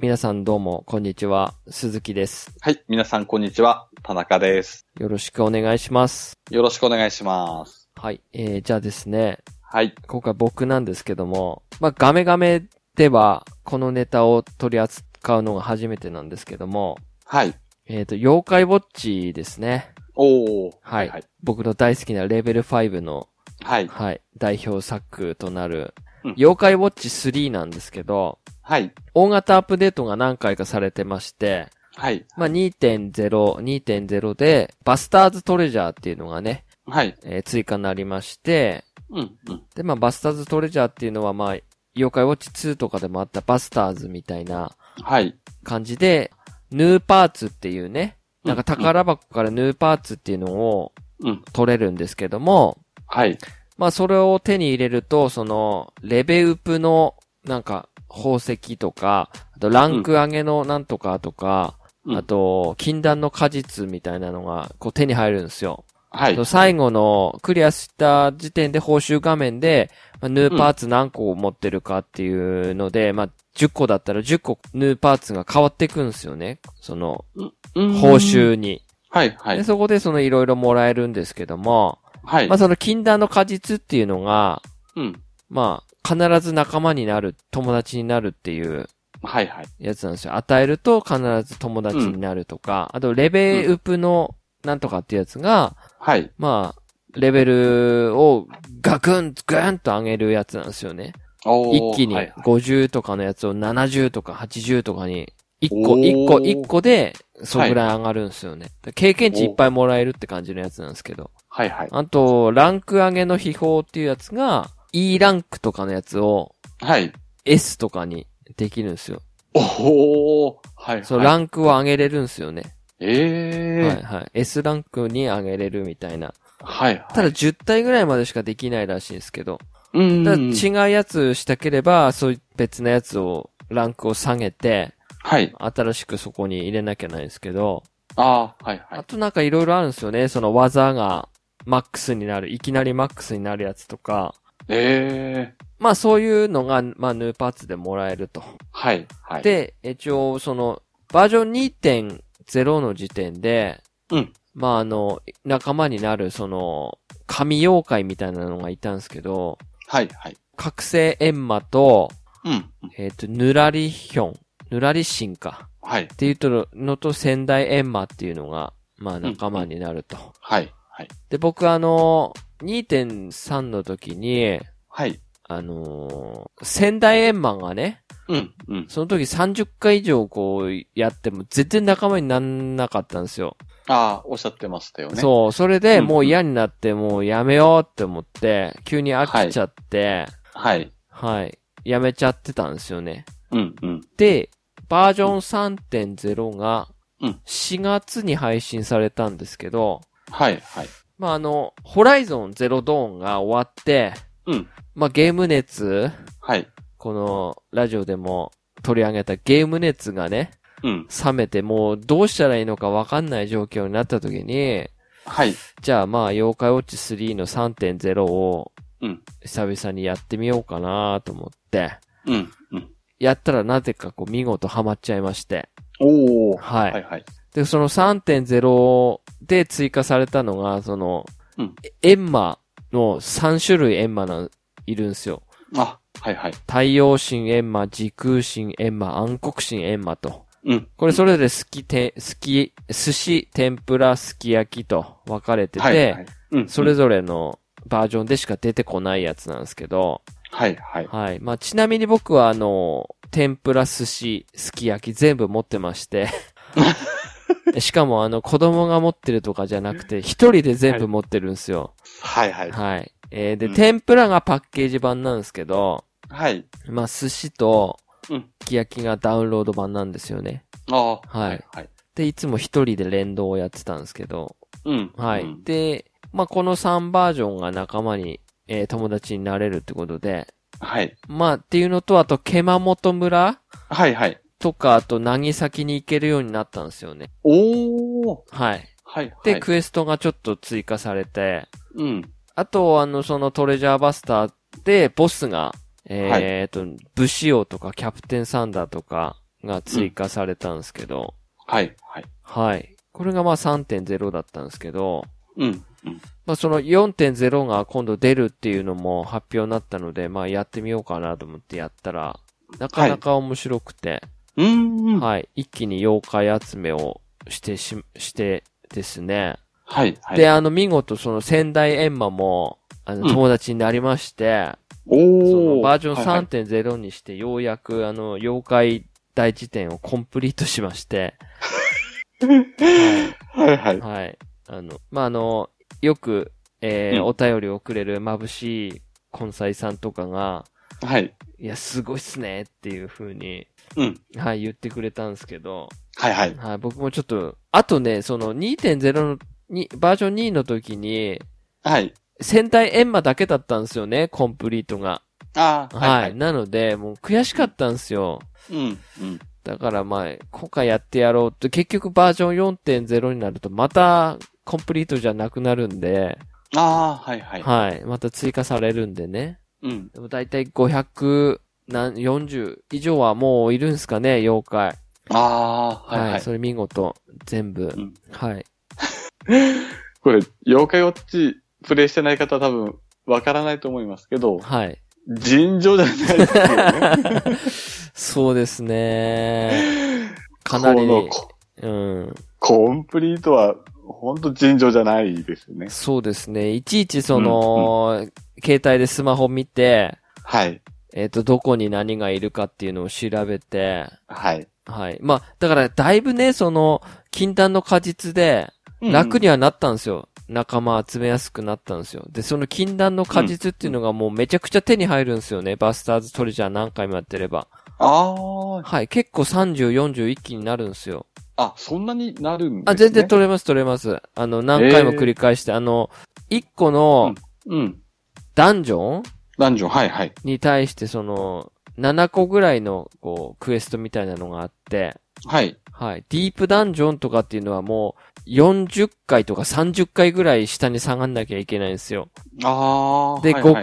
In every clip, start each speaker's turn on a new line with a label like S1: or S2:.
S1: 皆さんどうも、こんにちは。鈴木です。
S2: はい、皆さんこんにちは。田中です。
S1: よろしくお願いします。
S2: よろしくお願いします。
S1: はい。えー、じゃあですね、
S2: はい。
S1: 今回僕なんですけども、まあ、ガメガメでは、このネタを取り扱うのが初めてなんですけども、
S2: はい。
S1: えっ、と、妖怪ウォッチですね。
S2: おー。
S1: はい
S2: はい。
S1: 僕の大好きなレベル5の、
S2: はい。
S1: はい、代表作となる
S2: うん、
S1: 妖怪ウォッチ3なんですけど、
S2: はい。
S1: 大型アップデートが何回かされてまして、
S2: はい。
S1: まあ、2.0、2.0で、バスターズトレジャーっていうのがね、
S2: はい。
S1: えー追加になりまして、
S2: うん。うん。
S1: で、まあ、バスターズトレジャーっていうのは、まあ、妖怪ウォッチ2とかでもあったバスターズみたいな
S2: はい。
S1: 感じで、ヌーパーツっていうね、なんか
S2: う
S1: 宝箱からヌーパーツっていうのを
S2: ん。うん。
S1: 取れるんですけども、
S2: はい。
S1: まあ、それを手に入れると、その、レベウプの、なんか、宝石とか、あと、ランク上げのなんとかとか、
S2: うん
S1: あと、禁断の果実みたいなのが、こう手に入るんですよ。
S2: はい。
S1: そう最後の、クリアした時点で報酬画面で、まあヌーパーツ何個持ってるかっていうので、まあ、10個だったら10個ヌーパーツが変わってくんですよね。その、報
S2: 報。
S1: 酬に。
S2: はい。は
S1: で、
S2: い。
S1: そこでそのいろいろもらえるんですけども、
S2: はい
S1: まあ、。その禁断の果実っていうのが、
S2: うん。
S1: まあ、必ず仲間になる、友達になるっていう
S2: はい。はい。
S1: やつなんですよ。与えると必ず友達になるとか、あとレベルウップのなんとかってやつが、
S2: はい。
S1: まあ、レベルをガクン、ガンと上げるやつなんですよね。
S2: おー。
S1: 一気に
S2: はいはい
S1: 50とかのやつを70とか80とかに、1個、
S2: おー
S1: 1個、1個で、そぐらい上がるんですよね。経験値いっぱいもらえるって感じのやつなんですけど。
S2: はい。はい。
S1: あと、ランク上げの秘宝っていうやつが、E ランクとかのやつを、
S2: はい。
S1: S とかにできるんですよ。
S2: おー。はい。
S1: そう、
S2: はい。
S1: ランクを上げれるんですよね。はい
S2: えー。
S1: はい。S ランクに上げれるみたいな。
S2: はい。はい
S1: ただ10体ぐらいまでしかできないらしいんですけど。
S2: うん。
S1: ただ違うやつしたければ、そういう別のやつを、ランクを下げて、
S2: はい。
S1: 新しくそこに入れなきゃないんですけど。
S2: あー。はい。は
S1: あ
S2: い。
S1: となんかいろいろあるんですよね。その技が、マックスになる、いきなりマックスになるやつとか。
S2: えー。
S1: まあそういうのが、まあヌーパーツでもらえると。
S2: はい。はい。、
S1: で、一応、その、バージョン2.0の時点で、
S2: うん。
S1: まあ、あの、仲間になる、その、神妖怪みたいなのがいたんですけど、
S2: はい。はい。
S1: 覚醒閻魔と、
S2: うん。うん
S1: えっ、と、ぬらりひょん、ぬらりしんか、
S2: はい
S1: っ。ていうとののと仙台閻魔っていうのが、まあ、仲間になると。
S2: はい。はい。
S1: で、僕あの、2.3の時に、
S2: はい。
S1: あのー仙台閻魔がね、
S2: うん。うん。
S1: その時30回以上こうやっても全然仲間になんなかったんですよ。
S2: ああ、おっしゃってましたよね。う。
S1: そう、それ
S2: うん
S1: で
S2: うん
S1: もう嫌になってもうやめようって思って、急に飽きちゃって、
S2: はい。
S1: はい、やめちゃってたんですよね。
S2: うん、うん。
S1: で、バージョン3.0が
S2: うん
S1: 4月に配信されたんですけど、
S2: はい、はい。
S1: まあ、あの、ホライゾンゼロドーンが終わって、
S2: うん。
S1: まあ、ゲーム熱、
S2: はい。
S1: このラジオでも取り上げたゲーム熱がね、
S2: うん。
S1: 冷めてもうどうしたらいいのかわかんない状況になった時に、
S2: はい。
S1: じゃあまあ、妖怪ウォッチ3の3.0を
S2: うん。
S1: 久々にやってみようかなと思って、
S2: うん。うん。
S1: やったらなぜかこう見事ハマっちゃいまして。
S2: おー。
S1: はい。
S2: はい、はい。
S1: で、その3.0で追加されたのが、その、
S2: うん
S1: エンマの3種類エンマなん、いるんですよ。
S2: あ、はい、はい。
S1: 太陽神エンマ、時空神エンマ、暗黒神エンマと。
S2: うん。
S1: これそれぞれ好き、て、好き、寿司、天ぷら、すき焼きと分かれてて、
S2: はい、はい。うん。
S1: それぞれのバージョンでしか出てこないやつなんですけど、
S2: はい、はい。
S1: はい。まあ、ちなみに僕はあの、天ぷら、寿司、すき焼き全部持ってま して、しかもあの、子供が持ってるとかじゃなくて、一人で全部持ってるんですよ。
S2: はい、はい。
S1: はい。えーで、
S2: うん
S1: 天ぷらがパッケージ版なんですけど、
S2: はい。
S1: まあ、寿司と
S2: うん、
S1: すき焼きがダウンロード版なんですよね。
S2: あー。
S1: はい
S2: はい。
S1: で、いつも一人で連動をやってたんですけど、
S2: うん。
S1: はい。
S2: うん
S1: で、まあ、この3バージョンが仲間に、えー友達になれるってことで、
S2: はい。
S1: まあ、っていうのと、あと、ケマモト村
S2: はい、はい。
S1: とか、あと、なぎさきに行けるようになったんですよね。
S2: おー。
S1: はい。
S2: はい、はい。
S1: で、クエストがちょっと追加されて、
S2: うん。
S1: あと、あの、そのトレジャーバスターで、ボスが、えー
S2: はい
S1: えーと、ブシオとか、キャプテンサンダーとか、が追加されたんですけど、
S2: はい、はい。
S1: はい。これがまあ3.0だったんですけど、
S2: うん、うん。
S1: まあその4.0が今度出るっていうのも発表になったので、まあやってみようかなと思ってやったら、なかなか面白くて、
S2: うーん。
S1: はい。一気に妖怪集めをしてし、してですね。
S2: はい、はい。
S1: で、あの、見事その仙台エンマも、あ
S2: う
S1: の、
S2: ん
S1: 友達になりまして、そ
S2: お
S1: の
S2: お。
S1: バージョン
S2: はいはい
S1: 3.0にしてようやくあの、妖怪大辞典をコンプリートしま して、
S2: はいはい。
S1: はい。あの、まあ、あの、よく、えー
S2: うん
S1: お便りをくれる眩しい根菜さんとかが、
S2: はい。
S1: いや、すごいっすねっていう風に、
S2: うん。
S1: はい、言ってくれたんですけど、
S2: はいはい。
S1: はい、僕もちょっと、あとね、その2.0の、に、バージョン2の時に、
S2: はい。
S1: 戦隊エンマだけだったんですよね、コンプリートが。
S2: ああ、
S1: はい。
S2: はいはい。
S1: なので、もう悔しかったんですよ。
S2: うん、うん。
S1: だからまあ、今回やってやろうと、結局バージョン4.0になるとまたコンプリートじゃなくなるんで、
S2: ああ、はいはい。
S1: はい。また追加されるんでね。
S2: うん。
S1: でも大体500、なん、40以上はもういるんすかね、妖怪。
S2: ああ、はいはい。
S1: それ見事、全部。
S2: ん
S1: はい。
S2: これ、妖怪ウォッチプレイしてない方多分、わからないと思いますけど、
S1: はい。
S2: 尋常じゃないですよね。
S1: そうですね。かなり、
S2: このコ
S1: うん。
S2: コンプリートは、ほんと尋常じゃないですね。
S1: そうですね。いちいちその、携帯でスマホ見て、
S2: はい。
S1: えっ、と、どこに何がいるかっていうのを調べて、
S2: はい。
S1: はい。まあ、だから、だいぶね、その、禁断の果実で、楽にはなったんですよ。仲間集めやすくなったんですよ。で、その禁断の果実っていうのがもうめちゃくちゃ手に入るんですよね。バスターズトレジャー何回もやってれば。
S2: ああ、
S1: はい。結構30、40一気になるんですよ。
S2: あ、そんなになるんですね。
S1: あ、全然取れます、取れます。あの、何回も繰り返して、あの、1個の
S2: うん。
S1: ダンジョン
S2: ダンジョン、はいはい。
S1: に対して、その、7個ぐらいの、こう、クエストみたいなのがあって、
S2: はい。
S1: はい。ディープダンジョンとかっていうのはもう、40回とか30回ぐらい下に下がんなきゃいけないんですよ。
S2: ああ。
S1: で、
S2: はいはい
S1: 5。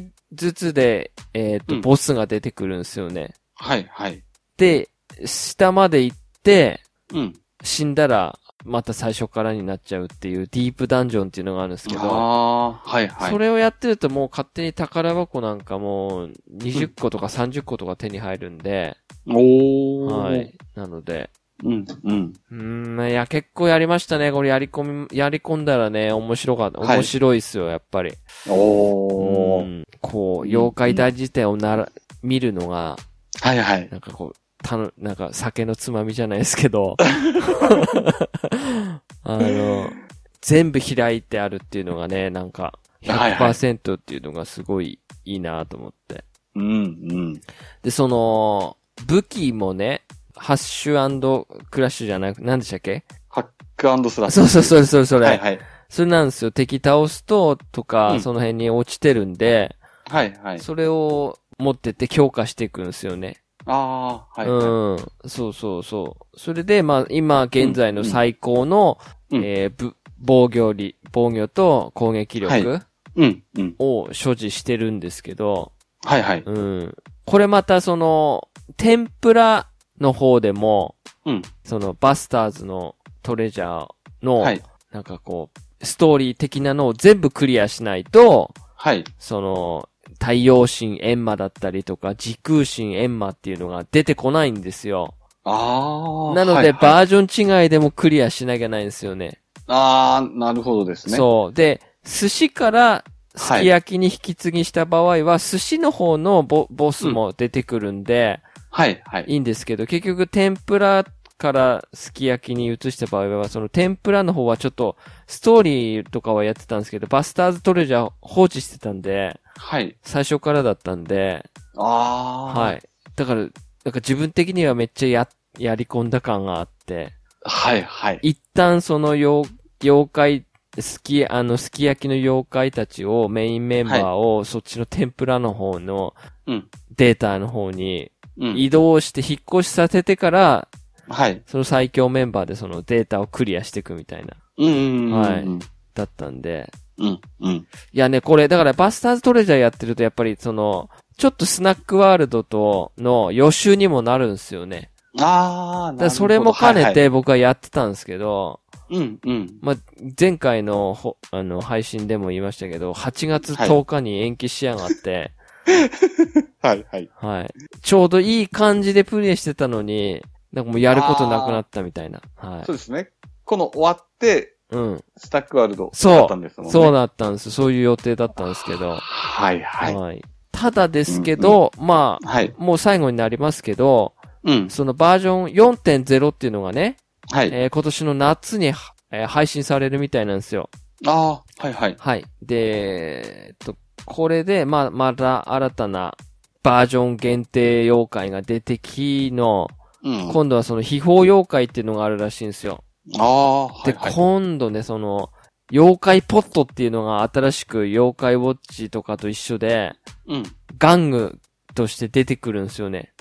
S1: 回ずつで、えっ、と、
S2: うん
S1: ボスが出てくるんですよね。
S2: はいはい。
S1: で、下まで行って、
S2: うん。
S1: 死んだら、また最初からになっちゃうっていう、ディープダンジョンっていうのがあるんですけど、
S2: ああ、はいはい。
S1: それをやってるともう勝手に宝箱なんかもう20個とか30個とか手に入るんで、
S2: おー。
S1: はい。なので、
S2: うん、うん。
S1: うーん、いや、結構やりましたね。これやり込み、やり込んだらね、面白かった。
S2: はい
S1: 面白いっすよ、やっぱり。
S2: お
S1: う
S2: ー。
S1: んこう、妖怪大辞典をなら、見るのが、
S2: はいはい。
S1: なんかこう、たの、なんか酒のつまみじゃないですけ ど、あの、全部開いてあるっていうのがね、なんか、
S2: はいはい
S1: 100%っていうのがすごいいいなと思って。
S2: うん、うん。
S1: で、その、武器もね、ハッシュクラッシュじゃなく、なんでしたっけ
S2: ハックスラッシ
S1: そうそう、それそれそれ。
S2: はいはい。
S1: それなんですよ。敵倒すと、とか、
S2: うん
S1: その辺に落ちてるんで、
S2: はいはい。
S1: それを持ってって強化していくんですよね。
S2: ああ、はい。
S1: うん。そうそうそう。それで、まあ、今現在の最高の、
S2: うん
S1: えーぶ防御り、防御と攻撃力
S2: うん、うん。
S1: を所持してるんですけど、
S2: はいはい。
S1: うん。これまたその、天ぷらの方でも、
S2: うん。
S1: そのバスターズのトレジャーの、
S2: はい。
S1: なんかこう、ストーリー的なのを全部クリアしないと、
S2: はい。
S1: その、太陽神エンマだったりとか、時空神エンマっていうのが出てこないんですよ。
S2: ああ。
S1: なの
S2: はいは
S1: で、
S2: い
S1: バージョン違いでもクリアしなきゃないんですよね。
S2: ああ、なるほどですね。
S1: そう。で、寿司から、すき焼きに引き継ぎした場合は、寿司の方のボボスも出てくるんで、
S2: はい、はい。
S1: いいんですけど、結局天ぷらからすき焼きに移した場合は、その天ぷらの方はちょっと、ストーリーとかはやってたんですけど、バスターズトレジャー放置してたんで、
S2: はい。
S1: 最初からだったんで、
S2: ああ。
S1: は。い。だから、なんか自分的にはめっちゃや、やり込んだ感があって、
S2: はい、はい。
S1: 一旦その妖、妖怪、すき、あの、すき焼きの妖怪たちを、メインメンバーを、そっちの天ぷらの方の
S2: うん、
S1: データの方に
S2: うん
S1: 移動して引っ越しさせてから、
S2: はい。
S1: その最強メンバーでそのデータをクリアしていくみたいな、
S2: うんうんうん。
S1: はい
S2: うん、
S1: だったんで。
S2: うん、うん。
S1: いやね、これ、だからバスターズトレジャーやってると、やっぱりその、ちょっとスナックワールドとの予習にもなるんですよね。だ
S2: ああ、な
S1: か
S2: るほ
S1: ら
S2: ど
S1: それも兼ね
S2: はい
S1: て僕はやってたんですけど、
S2: はいうん、うん。
S1: まあ、前回のほ、あの、配信でも言いましたけど、8月10日に延期しやがって、
S2: はい、はい。
S1: はい、ちょうどいい感じでプレイしてたのに、なんかもうやることなくなったみたいな。は
S2: そうですね。この終わって、
S1: い。うん。
S2: スタックワールド
S1: そう
S2: だったんですもんね。
S1: そうだったんです。そういう予定だったんですけど。
S2: はい、はい。
S1: はい。ただですけど、まあ、
S2: はい。
S1: もう最後になりますけど、
S2: うん。
S1: そのバージョン4.0っていうのがね、
S2: はい。
S1: えー今年の夏には、えー配信されるみたいなんですよ。
S2: ああ、はい、はい。
S1: はい。で、えっと、これで、まあ、まだ新たなバージョン限定妖怪が出てきの、
S2: うん。
S1: 今度はその秘宝妖怪っていうのがあるらしいんですよ。
S2: ああ、は
S1: で、
S2: い、はい。
S1: 今度ね、その、妖怪ポットっていうのが新しく妖怪ウォッチとかと一緒で、
S2: うん。
S1: 玩具として出てくるんですよ ね。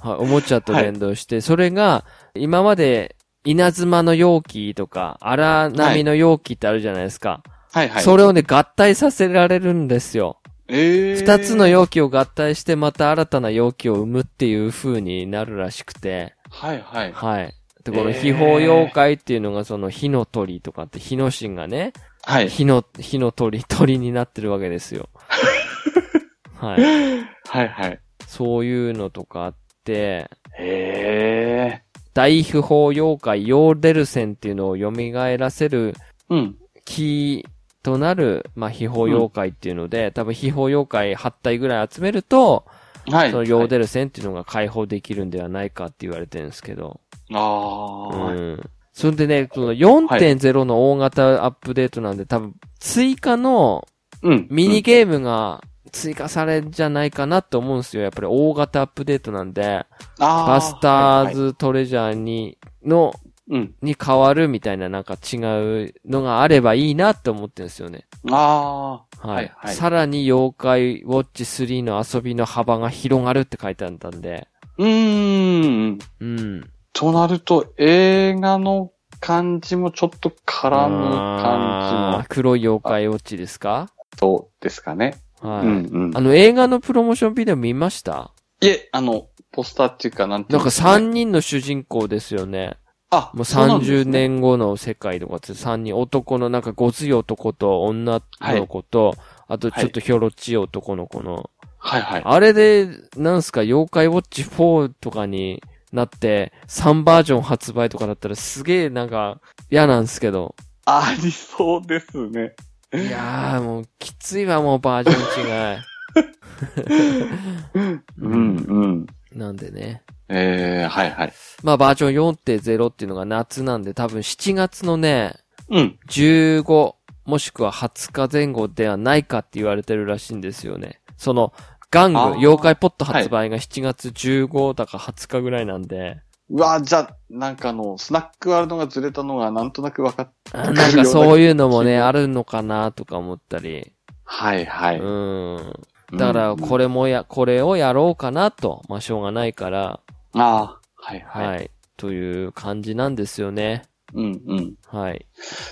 S1: はい、おもちゃと連動して、それが、今まで、稲妻の容器とか、荒波の容器ってあるじゃないですか。
S2: はい、はい。
S1: それをね、合体させられるんですよ。
S2: ええー。
S1: 二つの容器を合体して、また新たな容器を生むっていう風になるらしくて、
S2: はい、はい。
S1: はい。で、この
S2: えー
S1: 秘宝妖怪っていうのが、その火の鳥とかって、火の神がね、
S2: はい。
S1: 火の、火の鳥、鳥になってるわけです よ。はい。
S2: はい、はい。
S1: そういうのとかあって、
S2: ええ
S1: 大秘宝妖怪ヨーデルセンっていうのを蘇らせる
S2: ー。うん。
S1: キーとなる、まあ、秘宝妖怪っていうので、多分秘宝妖怪8体ぐらい集めると、
S2: はい。
S1: そのヨーデルセンっていうのが解放できるんではないかって言われてるんですけど。
S2: ああ、
S1: うん。それでね、その4.0の大型アップデートなんで、多分追加の
S2: うん。
S1: ミニゲームが追加されんじゃないかなと思うんですよ。やっぱり大型アップデートなんで、
S2: バ
S1: バスターズトレジャーに、の、
S2: うん。
S1: に変わるみたいななんか違うのがあればいいなって思ってるんですよね。
S2: あ
S1: は
S2: はいい。はい
S1: さらに妖怪ウォッチ3の遊びの幅が広がるって書いてあったんで。
S2: あ。うーん。
S1: うん。
S2: となると、映画の感じもちょっと絡む
S1: あ
S2: 感
S1: ー黒い妖怪ウォッチですか
S2: じのうですかね。
S1: は
S2: う
S1: い、
S2: んうん
S1: あ。の映画のプロモーションビデオ見ました
S2: いえ、あの、ポスターっていうか、なんてい
S1: な
S2: うんん
S1: か
S2: ですね
S1: 3、人の主人公ですよね。
S2: あ、
S1: もう
S2: そうなんで
S1: 30
S2: すね。
S1: 年後の世界とかって3人、男のなんかごつい男と女の子と、あとちょっとひょろっちい男の子の
S2: はいはい。
S1: あれで、なんすか、妖怪ウォッチ4とかになって、3バージョン発売とかだったらすげえなんか嫌なんですけ ど。
S2: ありそうですね。
S1: いやーもうきついわ、もうバージョン違い。
S2: うんうん。
S1: なんでね。
S2: ええ、はいはい。
S1: まあバージョン4.0っていうのが夏なんで多分7月のね、
S2: うん。
S1: 15もしくは20日前後ではないかって言われてるらしいんですよね。その、玩具
S2: あー
S1: 妖怪ポット発売が7月15だか20日ぐらいなんで、
S2: うわ、じゃあ、なんかあの、スナックワールドがずれたのがなんとなく分かっ
S1: あなんかそういうのも
S2: 気
S1: ね、
S2: 分
S1: あるのかなとか思ったり。
S2: はいはい。
S1: うん。だから、
S2: うん
S1: これもや、これをやろうかなと。まあ、しょうがないから。
S2: ああ、はいはい。
S1: はい。という感じなんですよね。
S2: うんうん。
S1: はい。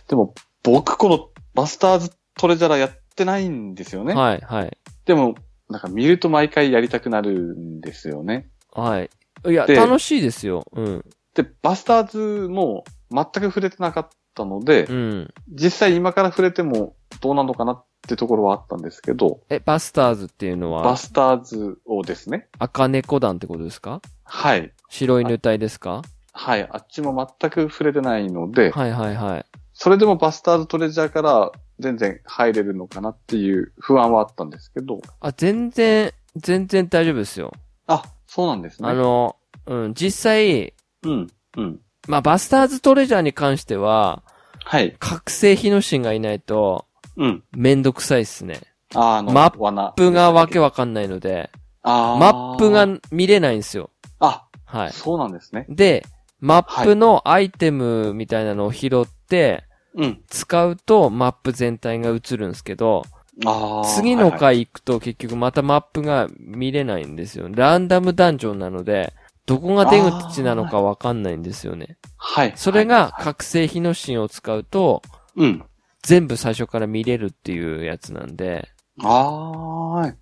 S2: でも、僕このバスターズトレジャラやってないんですよね。
S1: はい、はい。
S2: でも、なんか見ると毎回やりたくなるんですよね。
S1: はい。いや、
S2: で
S1: 楽しいですよ。うん。
S2: で、バスターズも全く触れてなかったので、
S1: うん。
S2: 実際今から触れてもどうなのかなってところはあったんですけど、
S1: え、バスターズっていうの
S2: バ
S1: は、
S2: スターズをですね、
S1: 赤猫団ってことですか
S2: はい。
S1: 白い犬隊ですか
S2: はい。あっちも全く触れてないので、
S1: はい、はい、はい。
S2: それでもバスターズトレジャーから全然入れるのかなっていう不安はあったんですけど、
S1: あ、全然、全然大丈夫ですよ。
S2: あ、そうなんですね。
S1: あの、うん、実際、
S2: うん、うん。
S1: まあ、バスターズトレジャーに関しては、
S2: はい。
S1: 覚醒日の神がいないと、
S2: うん。
S1: めんどくさいっすね。
S2: あーあの、
S1: マッ
S2: 罠。マッ
S1: マップがわけわかんないので、
S2: あー
S1: マップが、見れないんですよ。
S2: あ、
S1: はい。
S2: そうなんですね。
S1: で、マップのアイテムみたいなのを拾って、
S2: うん。
S1: 使うとマップ全体が映るんですけど、
S2: ああ。
S1: 次の
S2: はい
S1: 回行くと結局またマップが見れないんですよ。ランダムダンジョンなので、どこが出口なのかわかんないんですよね。
S2: はい。はい
S1: それが
S2: はい
S1: 覚醒日の神を使うと、
S2: うん。
S1: 全部最初から見れるっていうやつなんで、
S2: ああ。
S1: はい。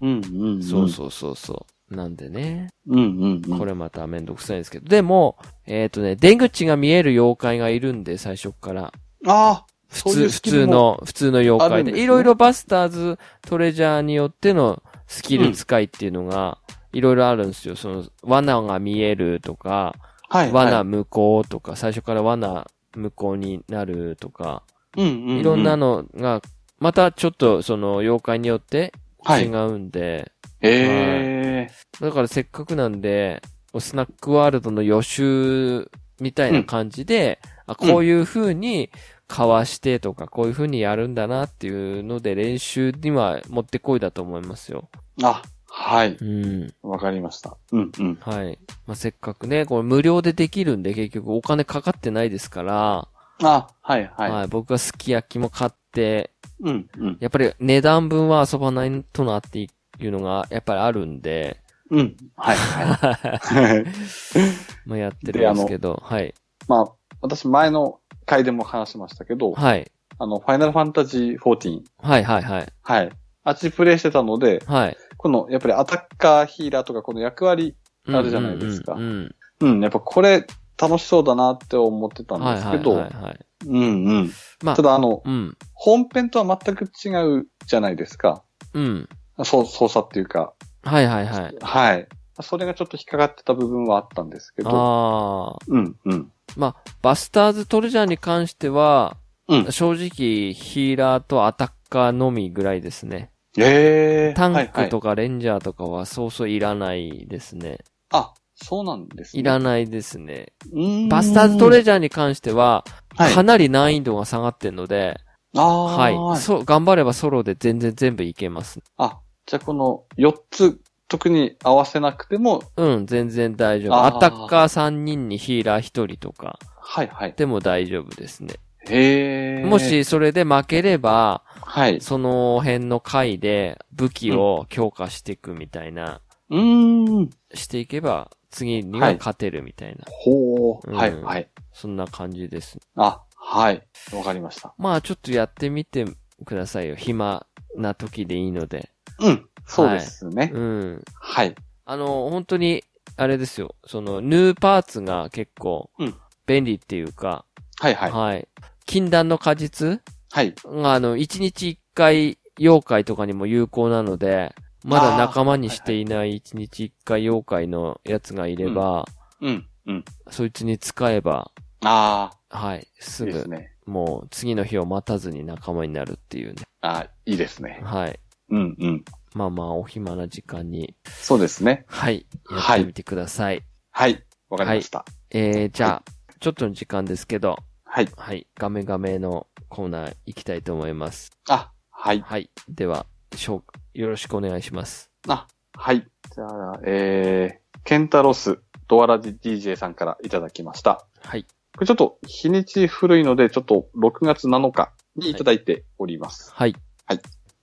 S2: うん、うん。
S1: そうそうそうそう。なんでね。
S2: うんうんうん。
S1: これまためんどくさいんですけど。でも、えっ、とね、出口が見える妖怪がいるんで、最初っから。
S2: ああ、
S1: 普
S2: そういう
S1: 通、普
S2: スキル
S1: 通
S2: も
S1: の、普通の妖
S2: ある
S1: 怪
S2: ん
S1: で。
S2: ですね
S1: いろいろバスターズ、トレジャーによってのスキル使いっていうのが、いろいろあるんですよ。その、罠が見えるとか、
S2: はい、はい。
S1: 罠無効とか、最初から罠無効になるとか、
S2: うんうん、うん。
S1: いろんなのが、またちょっとその妖怪によって
S2: は
S1: 違
S2: い。
S1: うんで、
S2: ええ
S1: だからせっかくなんで、スナックワールドの予習みたいな感じで、あこういう風にかわしてとか、こういう風にやるんだなっていうので練習には持ってこいだと思いますよ。
S2: あ、はい。
S1: うん。
S2: わかりました。うんうん。
S1: はい。まあ、せっかくね、これ無料でできるんで結局お金かかってないですから、
S2: あ、はいはい。
S1: はい、僕はすき焼きも買って、
S2: うんうん。
S1: やっぱり値段分は遊ばないとなっていうのがやっぱりあるん で、
S2: うん。は いはい。
S1: まあ、やってるんですけど、はい。
S2: まあ、私前の回でも話しましたけど、
S1: はい。
S2: あの、ファイナルファンタジー14。
S1: はいはいはい。
S2: はい。あっちプレイしてたので、
S1: はい。
S2: この、やっぱりアタッカー、ヒーラーとかこの役割、あるじゃないですか
S1: うんうん
S2: うん、やっぱこれ楽しそうだなって思ってた
S1: うんん。はい
S2: です
S1: は
S2: け
S1: い
S2: ど、
S1: はいはい。
S2: うんうん。
S1: まあ
S2: ただあの、
S1: うん。
S2: 本編とは全く違うじゃないですか。
S1: うん。
S2: そう、操作っていうか、
S1: はいはいはい。
S2: はい。それがちょっと引っかかってた部分はあったんですけど、
S1: ああ。
S2: うんうん。
S1: まあ、バスターズトレジャーに関しては、
S2: うん
S1: 正直、ヒーラーとアタッカーのみぐらいですね。
S2: ええ
S1: タンク
S2: か。
S1: とかレンジャーとかはそうそういらないですね。
S2: あ、そうなんですね。
S1: いらないですね。
S2: うん
S1: バスターズトレジャーに関しては、
S2: はい
S1: かなり難易度が下がってるので、
S2: ああ、
S1: はい、
S2: はい。
S1: そう、頑張ればソロで全然全部いけます。
S2: あ、じゃあこの4つ、特に合わせなくても、
S1: うん、全然大丈夫。
S2: あ
S1: ア
S2: ー
S1: タッカー3人にヒーラー1人とか
S2: はいはい。
S1: でも大丈夫ですね。
S2: へえ。
S1: も、しそれで負ければ、
S2: はい。
S1: その辺の回で武器を強化していくみたいな、
S2: うーん。
S1: していけば次に
S2: は
S1: はい勝てるみたいな、
S2: ほう。
S1: うん
S2: はいはい。
S1: そんな感じです。
S2: あ、はい。わかりました。
S1: まあちょっとやってみてくださいよ。暇な時でいいので。
S2: うん。そうですね。
S1: うん。
S2: はい。
S1: あの、本当に、あれですよ。その、ヌーパーツが結構
S2: うん、
S1: 便利っていうか、
S2: はいはい。
S1: はい。禁断の果実
S2: はい。
S1: が、あの、1日1回妖怪とかにも有効なので、まだ仲間にしていない1日1回妖怪のやつがいれば、
S2: うん。うん。
S1: そいつに使えば、
S2: あ
S1: はい、す
S2: あ、いいで
S1: ぐ
S2: す、ね。
S1: もう次の日を待たずに仲間になるっていうね。
S2: あーいいですね。
S1: はい。
S2: うんうん。
S1: まあまあ、お暇な時間に、
S2: そうですね。
S1: はい、や
S2: は
S1: っ
S2: い
S1: てみてください。
S2: はい。わかりました。
S1: えー、じゃあ、ちょっとの時間ですけど、
S2: はい。
S1: はい、ガメガメのコーナー行きたいと思います。
S2: あ、はい。
S1: はい。では、しょうよろしくお願いします。
S2: あ、はい。じゃあ、えー、ケンタロス、ドアラジ DJ さんからいただきました。
S1: はい。
S2: これちょっと日にち古いので、ちょっと6月7日にいただいております。
S1: はい。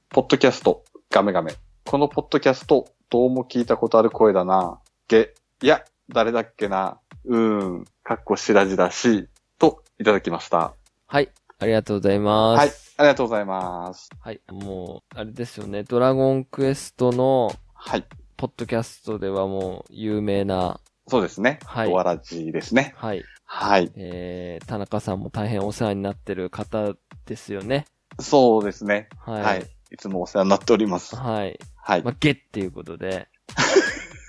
S2: ポッドキャスト、ガメガメ。このポッドキャスト、どうも聞いたことある声だな。げ、いや、誰だっけな。うーん、かっこしらじらしい。と、いただきました。
S1: はい。ありがとうございます。
S2: はい。ありがとうございます。
S1: はい。もう、あれですよね。ドラゴンクエストの、
S2: はい。
S1: ポッドキャストではもう、有名な、
S2: そうですね。
S1: はい
S2: ドアラジですね。
S1: はい。
S2: はい。
S1: えー、田中さんも大変お世話になってる方ですよね。
S2: そうですね。
S1: はい。
S2: はい。い、つもお世話になっております。
S1: はい。
S2: はい。
S1: まあ、ゲっていうことで。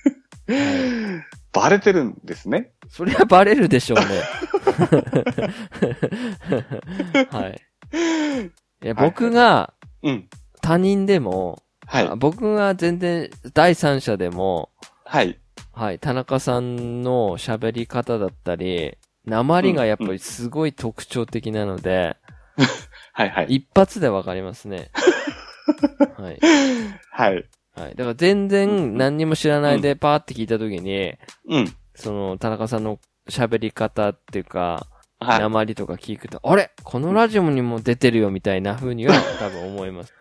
S1: はい
S2: バレてるんですね。
S1: それはバレるでしょうね。 はい。いや、僕が、
S2: うん。
S1: 他人でも、
S2: はい
S1: あ。僕が全然、第三者でも、
S2: はい。
S1: はい、田中さんの喋り方だったり、鉛がやっぱりすごい特徴的なので、
S2: はい。はい。
S1: 一発でわかります ね。はい。
S2: はい。
S1: はい。だから全然何にも知らないでパーって聞いたときに、
S2: うん。
S1: その、田中さんの喋り方っていうか、
S2: はい。
S1: 鉛とか聞くと、あれこのラジオにも出てるよみたいな風には多分思います。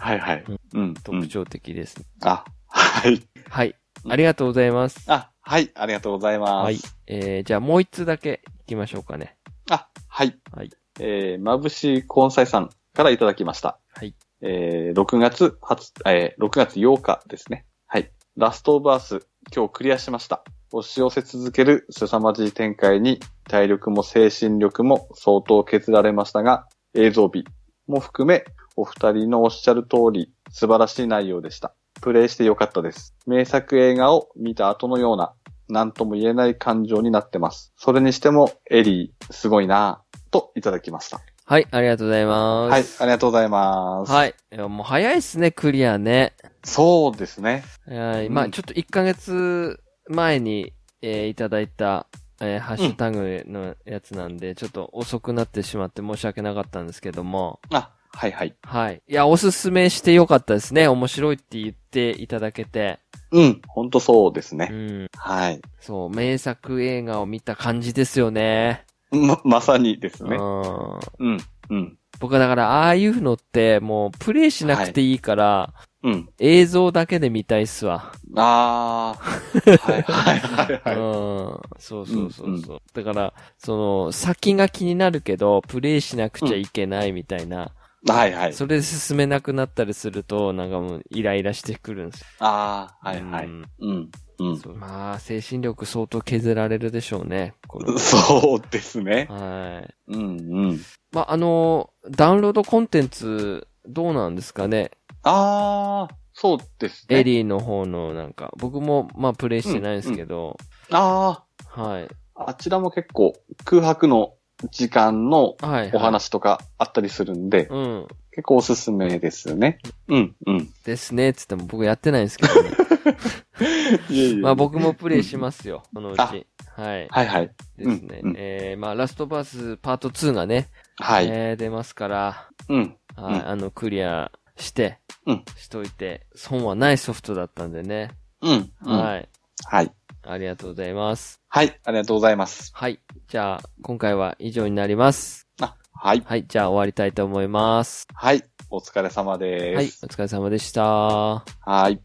S2: はい。はい。うん。
S1: 特徴的です、ね
S2: うん。あ、はい。
S1: はい。ありがとうございます。
S2: あ、はい、ありがとうございます。
S1: はい。えー、じゃあもう一通だけ行きましょうかね。
S2: あ、はい。
S1: はい。
S2: えー、まぶしい根菜さんからいただきました。
S1: はい。
S2: えー、6月20、えー、6月8日ですね。はい。ラストオブアース、今日クリアしました。押し寄せ続ける凄まじい展開に、体力も精神力も相当削られましたが、映像美も含め、お二人のおっしゃる通り、素晴らしい内容でした。プレイしてよかったです。名作映画を見た後のような、なんとも言えない感情になってます。それにしても、エリー、すごいなぁ、といただきました。
S1: はい、ありがとうございま
S2: はい、
S1: す。
S2: ありがとうございます。
S1: はい。いやもう早いっすね、クリアね。
S2: そうですね。
S1: はい、ま
S2: う
S1: あ
S2: ん
S1: ちょっと1ヶ月前に、えーいただいた、えーハッシュタグのやつなんで、ちょっと遅くなってしまって申し訳なかったんですけども、
S2: あ、はいはい。
S1: はい。いや、おすすめしてよかったですね。面白いって言っていただけて。
S2: うん、ほんとそうです
S1: う
S2: ね。
S1: ん。
S2: はい。
S1: そう、名作映画を見た感じですよね。
S2: ま、まさにです
S1: う
S2: ね。
S1: ん。
S2: うん、うん、
S1: 僕はだから、ああいうのって、もう、プレイしなくていいから、
S2: うん。
S1: 映像だけで見たいっすわ。
S2: あー。はいはいはいは
S1: うん。そうそうそうそう。だから、その、先が気になるけど、プレイしなくちゃいけないみたいな。
S2: い。はいはい。
S1: それで進めなくなったりすると、なんかもう、イライラしてくるんですよ。
S2: あー、はいはい。
S1: うん
S2: うん、うん。
S1: そうまあ、精神力相当削られるでしょうね。これ
S2: そうですね。
S1: はい。
S2: うん、うん。
S1: まあ、あの、ダウンロードコンテンツ、どうなんですかね
S2: あー、そうですね。
S1: エリーの方のなんか、僕もまあプレイしてないんですけど、
S2: あ
S1: はい。
S2: ー、あちらも結構空白の時間の
S1: はい、はい。
S2: お。話とかあったりするんで、
S1: うん。
S2: 結構おすすめですね。うん、 うん。
S1: ですね、つっても僕やってないんですけどね。
S2: いえいえ
S1: まあ僕もプレイしますよ、そのうち。はい。
S2: はいはい。
S1: ですね。
S2: うんうん
S1: えー、まあラストバースパート2がね、
S2: はい。
S1: えー、出ますから、
S2: うん。
S1: はい、
S2: うん
S1: あの、クリアして、
S2: うん
S1: しといて、損はないソフトだったんでね。
S2: うん。い。
S1: はい。
S2: はい。
S1: ありがとうございます。
S2: はい。ありがとうございます。
S1: はい。じゃあ、今回は以上になります。
S2: あ、はい。
S1: はい。じゃあ終わりたいと思います。
S2: はい。お疲れ様です。
S1: はい。お疲れ様でした。
S2: はい。